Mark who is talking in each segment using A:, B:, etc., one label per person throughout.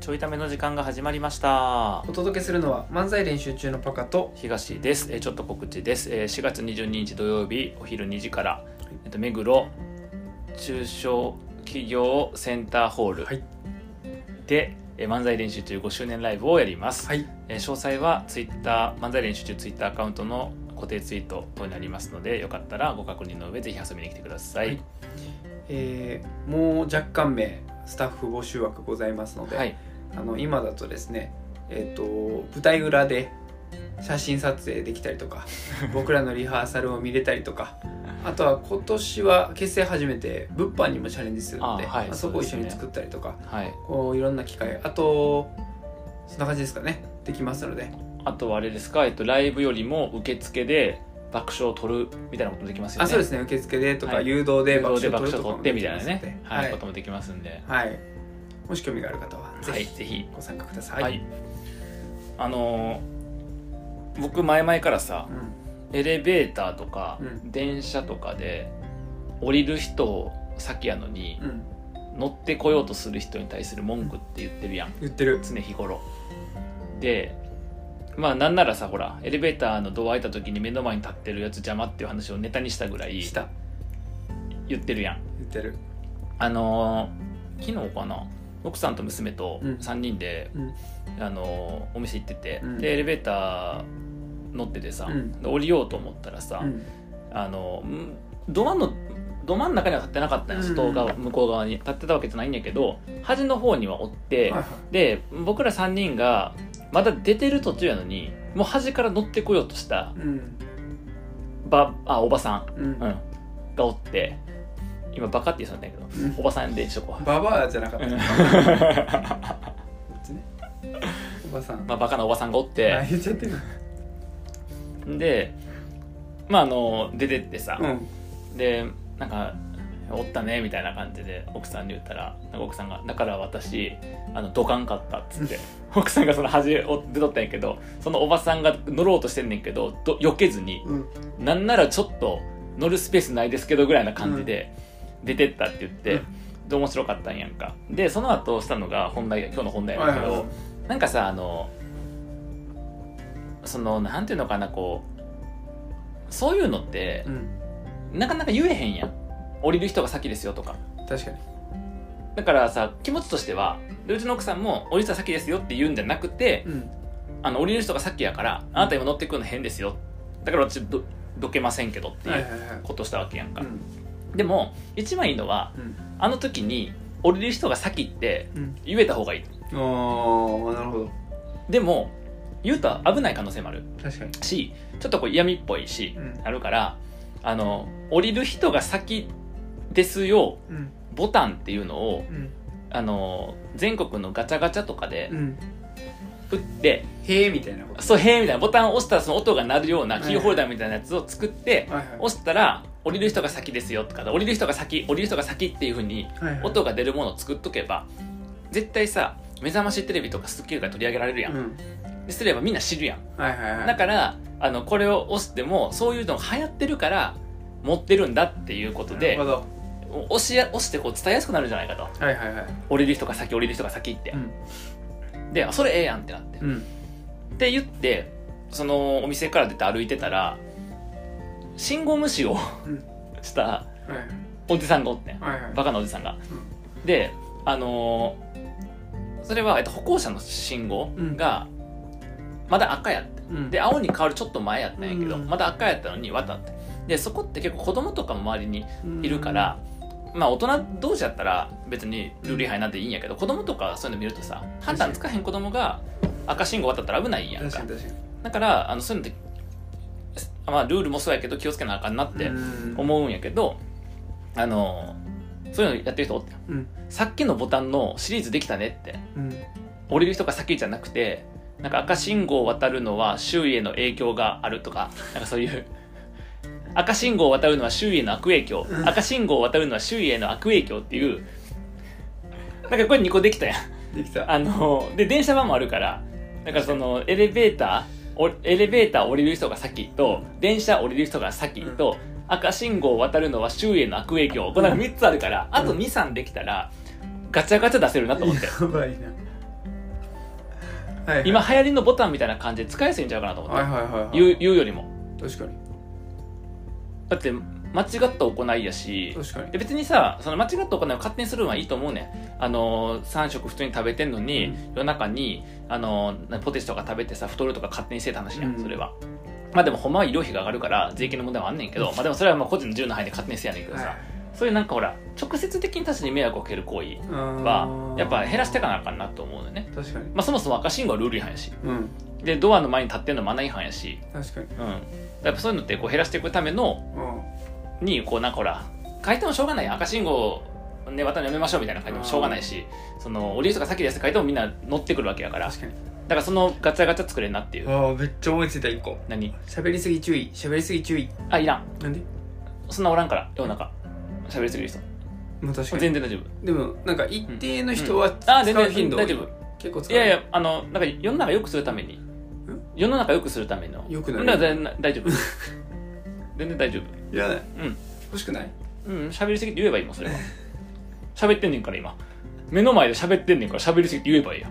A: ちょいための時間が始まりました
B: お届けするのは漫才練習中のパカと
A: 東です、えーちょっと告知です、えー4月22日土曜日お昼2時から、えっと、目黒中小企業センターホール
B: はい
A: で、えー漫才練習中5周年ライブをやります、
B: はい
A: えー詳細はツイッター漫才練習中ツイッターアカウントの固定ツイート等になりますのでよかったらご確認の上ぜひ遊びに来てください
B: えーもう若干名スタッフ募集枠ございますので、
A: はい
B: あの今だとですねえっ、と舞台裏で写真撮影できた りとか僕らのリハーサルを見れたりとかあとは今年は結成初めて物販にもチャレンジするので
A: あはい
B: まあそこを一緒
A: そうです
B: に
A: ね
B: 作ったりとか、
A: はい
B: こういろんな機会あとそんな感じですかねできますので
A: あとはあれですか、えっと、ライブよりも受付で爆笑を取るみたいなこともできますよね
B: あそうですね受付でとか、
A: はい
B: 誘導で
A: で
B: 爆
A: 爆
B: 笑を取
A: 笑
B: るとか
A: 取
B: も
A: って
B: で
A: み
B: き
A: たい
B: ま
A: な
B: すので
A: ね、はい
B: はい
A: こともできますんで、
B: はい、もし興味がある方はぜ
A: はい、
B: ひ
A: ぜひ、
B: ご参加くださ、
A: はいいあのー僕前々からさ
B: うん
A: エレベーターとか、
B: うん
A: 電車とかで降りる人を先やのに、
B: うん、
A: 乗ってこようとする人に対する文句って言ってるやん
B: 言ってる
A: 常日頃でまあなんならさほらエレベーターのドア開いた時に目の前に立ってるやつ邪魔っていう話をネタにしたぐらい
B: した
A: 言ってるやん
B: 言ってる
A: あのー昨日かな奥さんと娘と
B: うん
A: 3人で、
B: うん
A: あのーお店行ってて、
B: うん
A: でエレベーター乗っててさ、
B: うん
A: で降りようと思ったらさ、
B: うん
A: あのーんドアのど真ん中には立ってなかったんよ
B: うん
A: 外側向こう側に立ってたわけじゃないんやけど端の方にはおって、
B: はいはい
A: で僕ら3人がまだ出てる途中やのにもう端から乗ってこようとした
B: うん
A: ばあおばさん、
B: うん
A: うん、がおって今バカって言ってたんだけど、
B: うん
A: おばさんでしょこう
B: ババアじゃなかった、こ
A: ま
B: っちねおばさん、
A: あバカなおばさんがおっ
B: あ
A: て
B: 言っちゃってる
A: でまああの出てってさ、
B: うん
A: でなんか「おったね」みたいな感じで奥さんに言ったらなんか奥さんが「だから私あのどかんかった」っつって奥さんがその端を出とったんやけどそのおばさんが乗ろうとしてんねんけどど避けずに
B: うん
A: なんならちょっと乗るスペースないですけどぐらいな感じで出てったって言って、で面白かったんやんかでその後したのが本題今日の本題やねんけど、
B: はいはいは
A: なんかさあのそのなんていうのかなこうそういうのって
B: う、ん
A: なかなか言えへんやん降りる人が先ですよとか
B: 確かに
A: だからさ気持ちとしてはでうちの奥さんも降りる人が先ですよって言うんじゃなくて、
B: うん
A: あの降りる人が先やからあなた今乗ってくるの変ですよだから私どどけませんけどってい
B: はいうはいはい
A: ことしたわけやんか、
B: うん
A: でも一番いいのは
B: うん
A: あの時に降りる人が先って
B: うん
A: 言えた方がいい
B: ああなるほど
A: でも言うと危ない可能性もある
B: 確かに
A: しちょっとこう嫌味っぽいし、
B: うん
A: あるからあの降りる人が先ですよ
B: うん
A: ボタンっていうのを
B: うん
A: あの全国のガチャガチャとかで
B: うん
A: 打って、
B: へえみたいなこと
A: そうへーみたいなボタンを押したらその音が鳴るようなキーホルダーみたいなやつを作って、
B: はいはい
A: 押したら降りる人が先ですよとか降りる人が先降りる人が先っていうふうに
B: はいはい
A: 音が出るものを作っとけば絶対さ目覚ましテレビとか『スッキリ』が取り上げられるや、
B: うんん
A: ですればみんな知るやん
B: はいはいはい
A: だからあのこれを押してもそういうのが流行ってるから持ってるんだっていうこと
B: なる
A: で
B: ほど
A: 押しや押してこう伝えやすくなるんじゃないかと
B: はいはいはい
A: 降りる人が先降りる人が先って
B: う、ん
A: であそれええやんってなって、
B: うん
A: って言ってそのお店から出て歩いてたら信号無視を
B: うん
A: した
B: はいはい
A: おじさんがおってん
B: はいはい
A: バカなおじさんがであのーそれは、えっと、歩行者の信号がまだ赤やって
B: うん
A: で青に変わるちょっと前やったんやけど、
B: うん
A: まだ赤やったのに渡ってでそこって結構子供とかも周りに
B: うん
A: いるから、まあ大人同士やったら別にルール違反なんていいんやけど子供とかそういうの見るとさ判断つかへん子供が赤信号渡ったら危ないやん
B: 確か
A: か
B: に確かに
A: だからあのそういうのって、まあ、ルールもそうやけど気をつけなあかんなって
B: うん
A: 思うんやけど、あのそういうのやってる人おって
B: うん
A: さっきのボタンのシリーズできたねって
B: うん
A: 降りる人が先じゃなくてなんか赤信号を渡るのは周囲への影響があるとかなんかそういう赤信号を渡るのは周囲への悪影響
B: うん
A: 赤信号を渡るのは周囲への悪影響っていうなんかこれ2個できたやん
B: できた
A: あので電車版もあるからなんかそのエレベーターおエレベーター降りる人が先と電車降りる人が先と、赤信号を渡るのは周囲への悪影響これなんか3つあるから、あと23できたらガチャガチャ出せるなと思って、
B: やばいなはいはい
A: 今流行りのボタンみたいな感じで使いやすいんちゃうかなと思って、
B: はいはいはいはい
A: 言う言うよりも
B: 確かに
A: だって間違った行いやし
B: 確かに
A: で別にさその間違った行いを勝手にするのはいいと思うねんあの3食普通に食べてんのに、夜中にあのポテチとか食べてさ太るとか勝手にしてた話やん、
B: うん
A: それはまあでもほんまは医療費が上がるから税金の問題もあんねんけど、まあでもそれはまあ個人の自由の範囲で勝手にせやねんけどさ、
B: はい
A: そういうなんかほら直接的に他者に迷惑をかける行為
B: うーん
A: はやっぱ減らしていかなあかんなと思うのよね、
B: 確かに
A: まあ、そもそも赤信号はルール違反やし
B: うん
A: でドアの前に立ってんのマナー違反やし、
B: 確かに
A: うん、やっぱそういうのってこう減らしていくための
B: う
A: にこうなんかほら書いてもしょうがないやん赤信号ね渡るのやめましょうみたいな書いてもしょうがないしその降りる人が先ですって書いてもみんな乗ってくるわけやから
B: ん
A: だ
B: 確かに
A: からそのガチャガチャ作れんなっていう
B: ああめっちゃ思いついた一個
A: 何
B: 喋りすぎ注意喋りすぎ注意
A: あいらん
B: なんで
A: そんなおらんから世の中喋りすぎる人
B: まあ確かに
A: 全然大丈夫
B: でもなんか一定の人は
A: あ
B: 使
A: 全
B: う
A: 然
B: 頻度
A: 大丈夫
B: 結構使
A: いうやいやあのなんか世の中良くするために世の中良くするための
B: 良くなる
A: だから全然大 丈夫全然大丈夫
B: いらない
A: うん
B: 欲しくない
A: うん喋りすぎって言えばいいもんそれは喋ってんねんから今目の前で喋ってんねんから喋りすぎって言えばいいや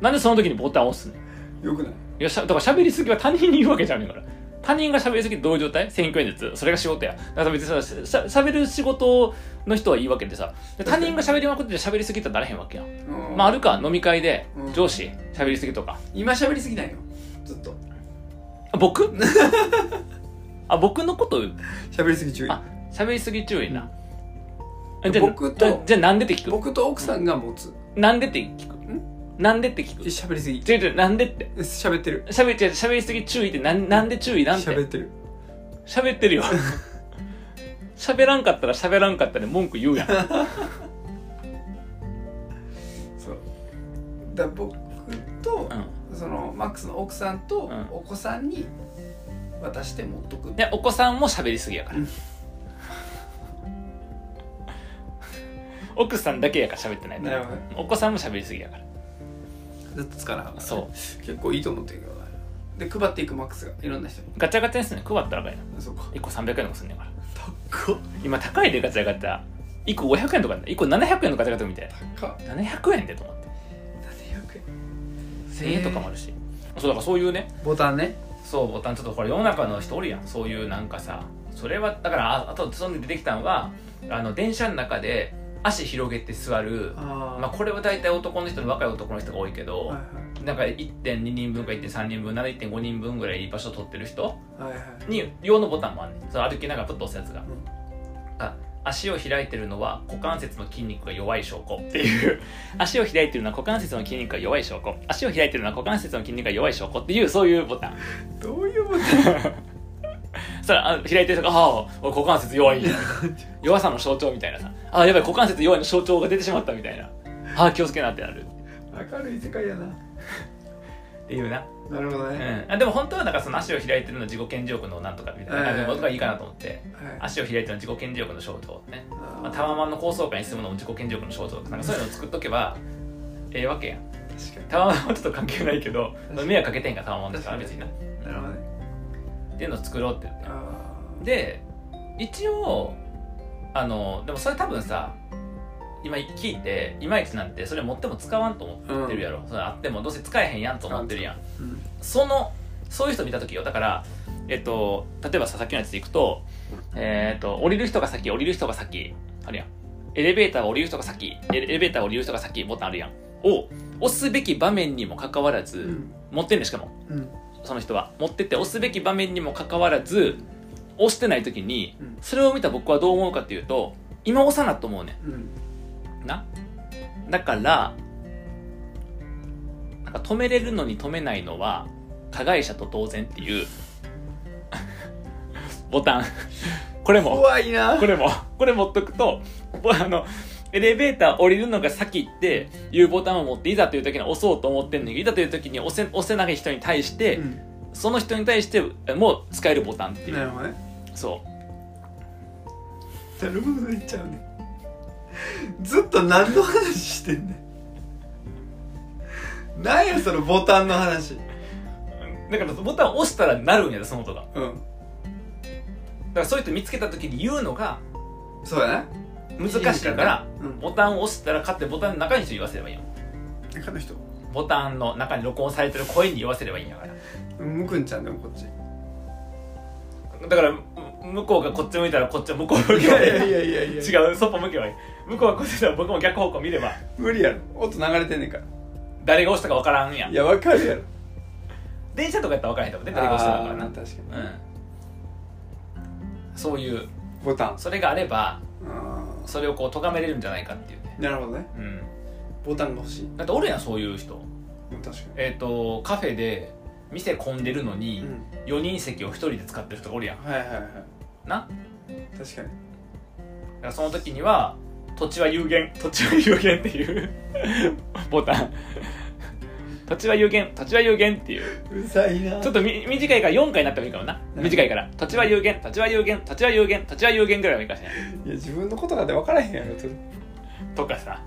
A: なんでその時にボタン押すねん
B: よくない
A: いやしゃだから喋りすぎは他人に言うわけじゃんねんから他人が喋りすぎってどういう状態選挙演説それが仕事やだから別にさしゃ喋る仕事の人はいいわけでさで他人が喋りまくって喋りすぎたらならへんわけやん、
B: うん
A: まああるか飲み会で
B: うん
A: 上司喋りすぎとか
B: 今喋りすぎないよずっと
A: あ 僕あ僕のこと
B: 喋りすぎ注意
A: あ喋りすぎ注意な、
B: うん
A: じゃあ
B: 僕と
A: じゃあなんでって聞く
B: 僕と奥さんが持つ
A: なんでって聞くなんでって聞く
B: 喋りすぎ
A: 違う違うなんでって
B: 喋ってる
A: 喋っちゃ喋りすぎ注意ってなんなんで注意なんて
B: 喋ってる
A: 喋ってる よ喋らんかったら喋らんかったで文句言うやん
B: そうだから僕と
A: うん
B: そのマックスの奥さんと
A: うん
B: お子さんに渡して持っとく
A: でお子さんも喋りすぎやから
B: うん
A: 奥さんだけやから喋ってないから
B: ほど
A: お子さんも喋りすぎやから
B: ずっとつかなあかんからね
A: そう
B: 結構いいと思ってるけどなで配っていくマックスがいろんな人に
A: ガチャガチャにすんねん配ったらあかんやん
B: そうか
A: 1個300円とかすんねんから
B: 高っ
A: 今高いでガチャガチャ1個500円とかね1個700円のガチャガチャみたい
B: 高っ
A: な700円でと思って
B: 700円
A: 1000円とかもあるしそうだからそういうね
B: ボタンね
A: そうボタンちょっとこれ世の中の人おるやんそういうなんかさそれはだからああとその出てきたのはあの電車の中で足広げて座る
B: あ
A: まあ、これは大体男の人の若い男の人が多いけど、
B: はい
A: なんか1.2人分か1.3人分なら1.5人分ぐらい場所取ってる人
B: はいはいはい
A: に用のボタンもあんねんその歩きながらプッと押すやつが、
B: ん
A: あ足を開いてるのは股関節の筋肉が弱い証拠っていう足を開いてるのは股関節の筋肉が弱い証拠足を開いてるのは股関節の筋肉が弱い証拠っていうそういうボタン
B: どういうボ
A: そらあ開いてる人が「ああ俺股関節弱い」弱さの象徴みたいなさ「ああやばい股関節弱いの象徴が出てしまった」みたいな「ああ気をつけな」ってなる
B: タン明るい世界やな
A: っていうな
B: なるほどね、
A: うん、あでも本当はなんかその足を開いてるの自己顕示欲のなんとかみたいな感じのことがいいかなと思って、
B: はい
A: 足を開いてるの自己顕示欲の象徴ね、
B: あ
A: まあ、
B: ー
A: タワマンの高層階に住むのも自己顕示欲の象徴とかなんかそういうのを作っとけばええわけやん
B: 確かに
A: タワマンはちょっと関係ないけど
B: 確かに
A: 迷惑かけてんかタワマンですから別になっ
B: なるほどね
A: ていうのを作ろうって言って
B: あ
A: で一応あのでもそれ多分さ今聞いていまいちなんてそれ持っても使わんと思ってるやろ、それあってもどうせ使えへんやんと思ってるやん
B: ーうん
A: そのそういう人見た時よだからえっと例えばささっきのやつでいくとえっと降りる人が先降りる人が先あるやんエレベーターが降りる人が先エレエレベーターが降りる人が先ボタンあるやんを押すべき場面にもかかわらず、
B: うん
A: 持ってんねんしかも
B: うん
A: その人は持ってて押すべき場面にもかかわらず押してない時に
B: うん
A: それを見た僕はどう思うかっていうと今押さなと思うね
B: うん
A: んなだからなんか止めれるのに止めないのは加害者と当然っていう ボタンこれも
B: 怖いな
A: これもこれ持っとくとぼあのエレベーター降りるのが先っていうボタンを持っていざという時に押そうと思ってんねんけどいざという時に押せ押せない人に対して、
B: うん
A: その人に対してもう使えるボタンっていう、
B: なるほどね
A: そ
B: なるほど言っちゃうねずっと何の話してんねんなんやそのボタンの話
A: うだからボタンを押したらなるんやでその音がだ
B: うん
A: からそういう人見つけた時に言うのが
B: そうやな
A: 難しいから
B: うん
A: ボタンを押したら勝ってボタンの中に人言わせればいいよ
B: 中の人
A: ボ
C: ボタンの中に録音されてる声に言わせればいいんやから
B: むくんちゃんでもこっち
A: だからむ向こうがこっち向いたらこっちは向こう向
B: い
A: けばいい
B: やいやい違う
A: 違うそっぽ向けばいい向こうがこっち向いたら僕も逆方向見れば
B: 無理やろ音流れてんねんから
A: 誰が押したか分からんやん
B: いやわかるやろ
A: 電車とかやったら分からへんと思うね誰が押したか分
B: あー
A: か
B: 確かに、
A: らんなうんそういう
B: ボタン
A: それがあれば
B: あ
A: それをこう咎めれるんじゃないかっていうね
B: ーなるほどね
A: うん
B: ボタンが欲しい
A: だっておるやんそういう人
B: 確か
A: えっ、とカフェで店混んでるの
B: に
A: に、
B: うん
A: 4人席を1人で使ってる人がおるやん
B: はいはいはい
A: な
B: 確か
A: だか
B: に
A: らその時には土地は有限土地は有限っていう ボタン土地は有限土地は有限っていう
B: うざいな
A: ちょっとみ短いから4回になってもいいかもな
B: うん
A: 短いから土地は有限土地は有限土地は有限土地は有限ぐらいはいいかしら
B: いや自分のことなんて分からへんやろと
A: とかさ、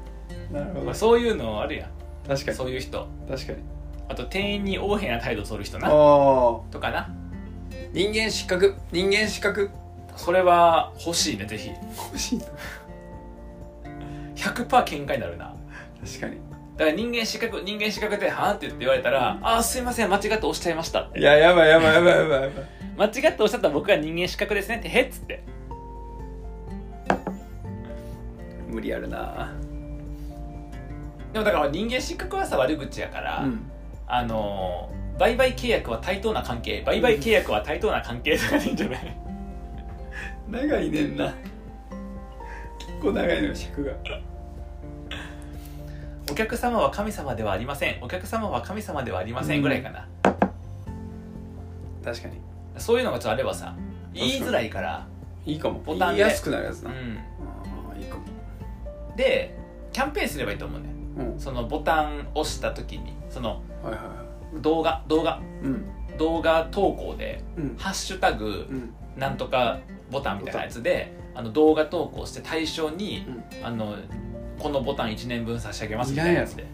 B: なるほ
A: ま
B: ど
A: あ、そういうのあるや
B: 確か
A: ん
B: に
A: そういう人
B: 確かに
A: あと店員に横柄な態度取る人
B: あ
A: な
B: あ
A: とかな
B: 人間失格人間失格
A: それは欲しいねぜひ
B: 欲しい な
A: 100%喧嘩になるな
B: 確かに
A: だから人間失格人間失格ではあって言って言われたら「あーすいません間違って押しちゃいました」って
B: いややばいやばいやばいやばいやばい
A: 間違っておっしゃった僕は人間失格ですねってへっつって
B: 無理やるな
A: でもだから人間失格はさ悪口やから、
B: うん
A: あのー売買契約は対等な関係売買契約は対等な関係とかでいいんじゃない
B: 長いねんな結構長いのよ尺が
A: お客様は神様ではありませんお客様は神様ではありませんぐらいかな、
B: 確かに
A: そういうのがちょっとあればさ
B: か
A: 言
B: に
A: いづらいから
B: いいかも
A: ボタンで
B: 言いやすくなるやつ
A: う
B: な、
A: ん
B: ああいいかも
A: でキャンペーンすればいいと思うね
B: うん
A: そのボタン押した時にその
B: はいはいはい
A: 動画動画
B: うん
A: 動画投稿で
B: うん
A: 「ハッシュタグ
B: うん
A: なんとかボタンみたいなやつであの動画投稿して対象に、あのこのボタン1年分差し上げますみたいなやつで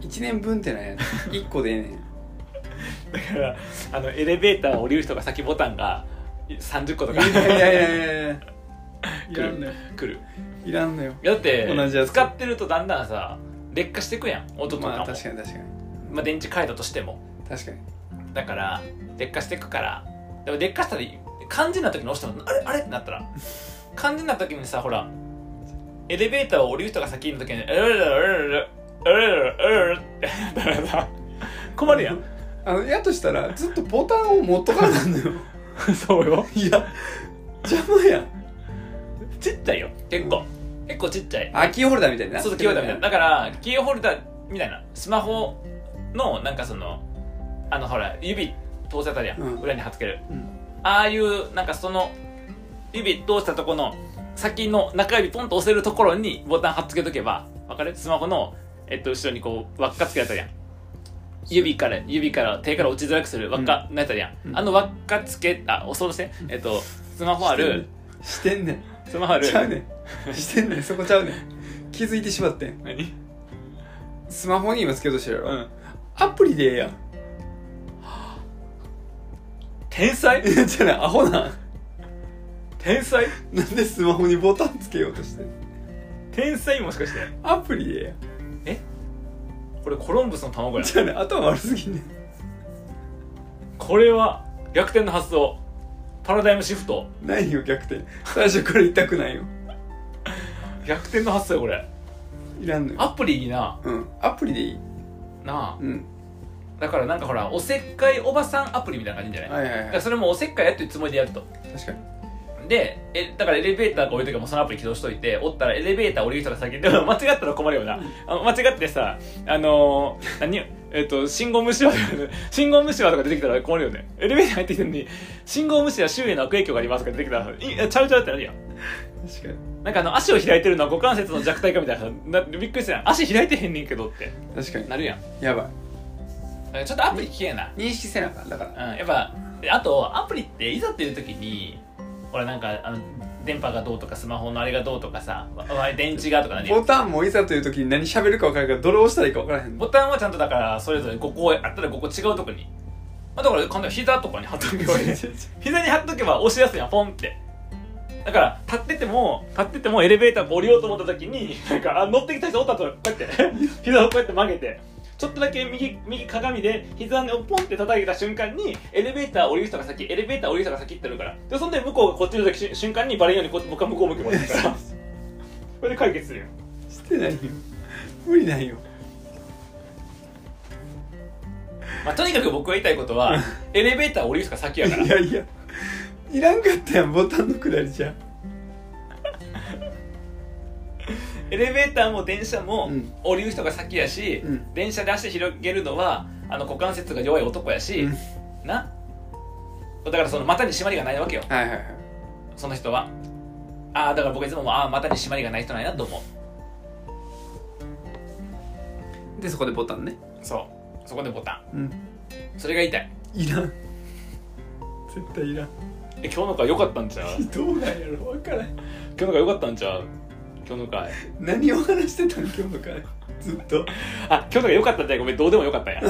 B: 1年分ってなんやねん1個でええねん
A: だからあのエレベーター降りる人が先ボタンが30個と
B: い
A: か
B: やいやいやい やいらんのよ
A: 来る
B: いらんのよ
A: いやだって
B: 同じやつ
A: 使ってるとだんだんさ劣化していくやん音とかも、
B: ま
A: ま
B: あ
A: あ
B: 確かに確かに
A: 電池変えたとしても
B: 確かに
A: だから劣化していくからでも劣化したら肝心な時に押してもあれあれってなったら肝心な時にさほらエレベーターを降りる人が先の時に「えるるるるるるるってなったらさ困るやん
B: あのやとしたらずっとボタンを持っとかなん のよ
A: そうよ
B: いや邪魔やん
A: ちっちゃいよ結構結構ちっちゃい
B: あキーホルダーみたいな
A: そうそうキーホルダーみたいなだからキーホルダーみたいなスマホのなんかそのあのほら指通せたりやん、
B: うん
A: 裏に貼っつける
B: うん
A: ああいうなんかその指通したとこの先の中指ポンと押せるところにボタン貼っつけとけばわかるスマホの、えっと、後ろにこう輪っかつけられたりやん指から指から手から落ちづらくする輪っかなったりやん、
B: うん
A: あの輪っかつけあおそうとしてえっとスマホある
B: してんねん
A: スマホある
B: ちゃうね んしてんねんそこちゃうねん気づいてしまってん
A: 何
B: スマホに今つけようとしてるや
A: う
B: ろ、
A: ん
B: アプリでええやん
A: 天才
B: いやじゃあねアホなん
A: 天才
B: なんでスマホにボタンつけようとしてん
A: 天才もしかして
B: アプリでええやん
A: これコロンブスの卵や
B: じゃあね頭悪すぎんねん
A: これは逆転の発想パラダイムシフト
B: ないよ逆転最初から痛くないよ
A: 逆転の発想よこれ
B: いらんのよ
A: アプリいいな
B: うんアプリでいい
A: なあ
B: うん
A: だからなんかほらおせっかいおばさんアプリみたいな感じじゃない、
B: はい
A: だ
B: はい
A: か
B: は
A: ら
B: い
A: それもおせっかいやっていうつもりでやると
B: 確かに
A: でえだからエレベーターが降りる時はもうそのアプリ起動しといておったらエレベーター降りる人が先でも間違ったら困るよなあ間違ってさあのー、何えっ、と信号無視は 信号無視はとか出てきたら困るよねエレベーター入ってきてるのに信号無視は周囲への悪影響がありますとか出てきたらいえちゃうちゃうってなるやん
B: 確かに
A: なんかあの足を開いてるのは股関節の弱体化みたいななびっくりしたやん足開いてへんねんけどって
B: 確かに
A: なるやん
B: やば
A: ちょっとアプリ危険やな、
B: い認識せなあかんだか
A: う
B: ら
A: ん、やっぱであとアプリっていざっていう時にほらなんかあの電波がどうとかスマホのあれがどうとかさわわ電池がとか何
B: ボタンもいざという時に何喋るか分からんからどれ押したらいいか分からへん
A: ボタンはちゃんとだからそれぞれ5個あったら5個違うとこに、まあ、だから簡単に膝とかに貼っとけばいいね膝に貼っとけば押しやすいやんポンってだから立ってても立ってて もエレベーター降りようと思った時になんかあ乗ってきた人おったとこうやって膝をこうやって曲げてちょっとだけ右右鏡で膝をポンって叩いた瞬間にエレベーター降りる人が先エレベーター降りる人が先ってなるからでそんで向こうがこっちの時瞬間にバレんようにこう僕は向こう向けばいい からそれで解決するよ
B: してないよ無理ないよ
A: まあ、とにかく僕が言いたいこと はエレベーター降りる人が先やから
B: いやいやいらんかったやんボタンのくだりじゃ
A: エレベーターも電車も
B: うん
A: 降りる人が先やし、
B: うん
A: 電車で足広げるのはあの股関節が弱い男やし、なだからその股に締まりがないわけよ
B: はいはいはい
A: その人はああだから僕いつももうああ股に締まりがない人なんやなと思う
B: でそこでボタンね
A: そうそこでボタ
B: うん
A: ンそれが言いたい
B: いらん絶対いらん
A: え今日の回良かったん ちゃう今
B: どうなんやろ分からん
A: 日の回良かったんちゃう今日の回
B: 何を話してたの今日の会ずっと
A: あ今日の回良かったんじゃないごめんどうでも良かったんや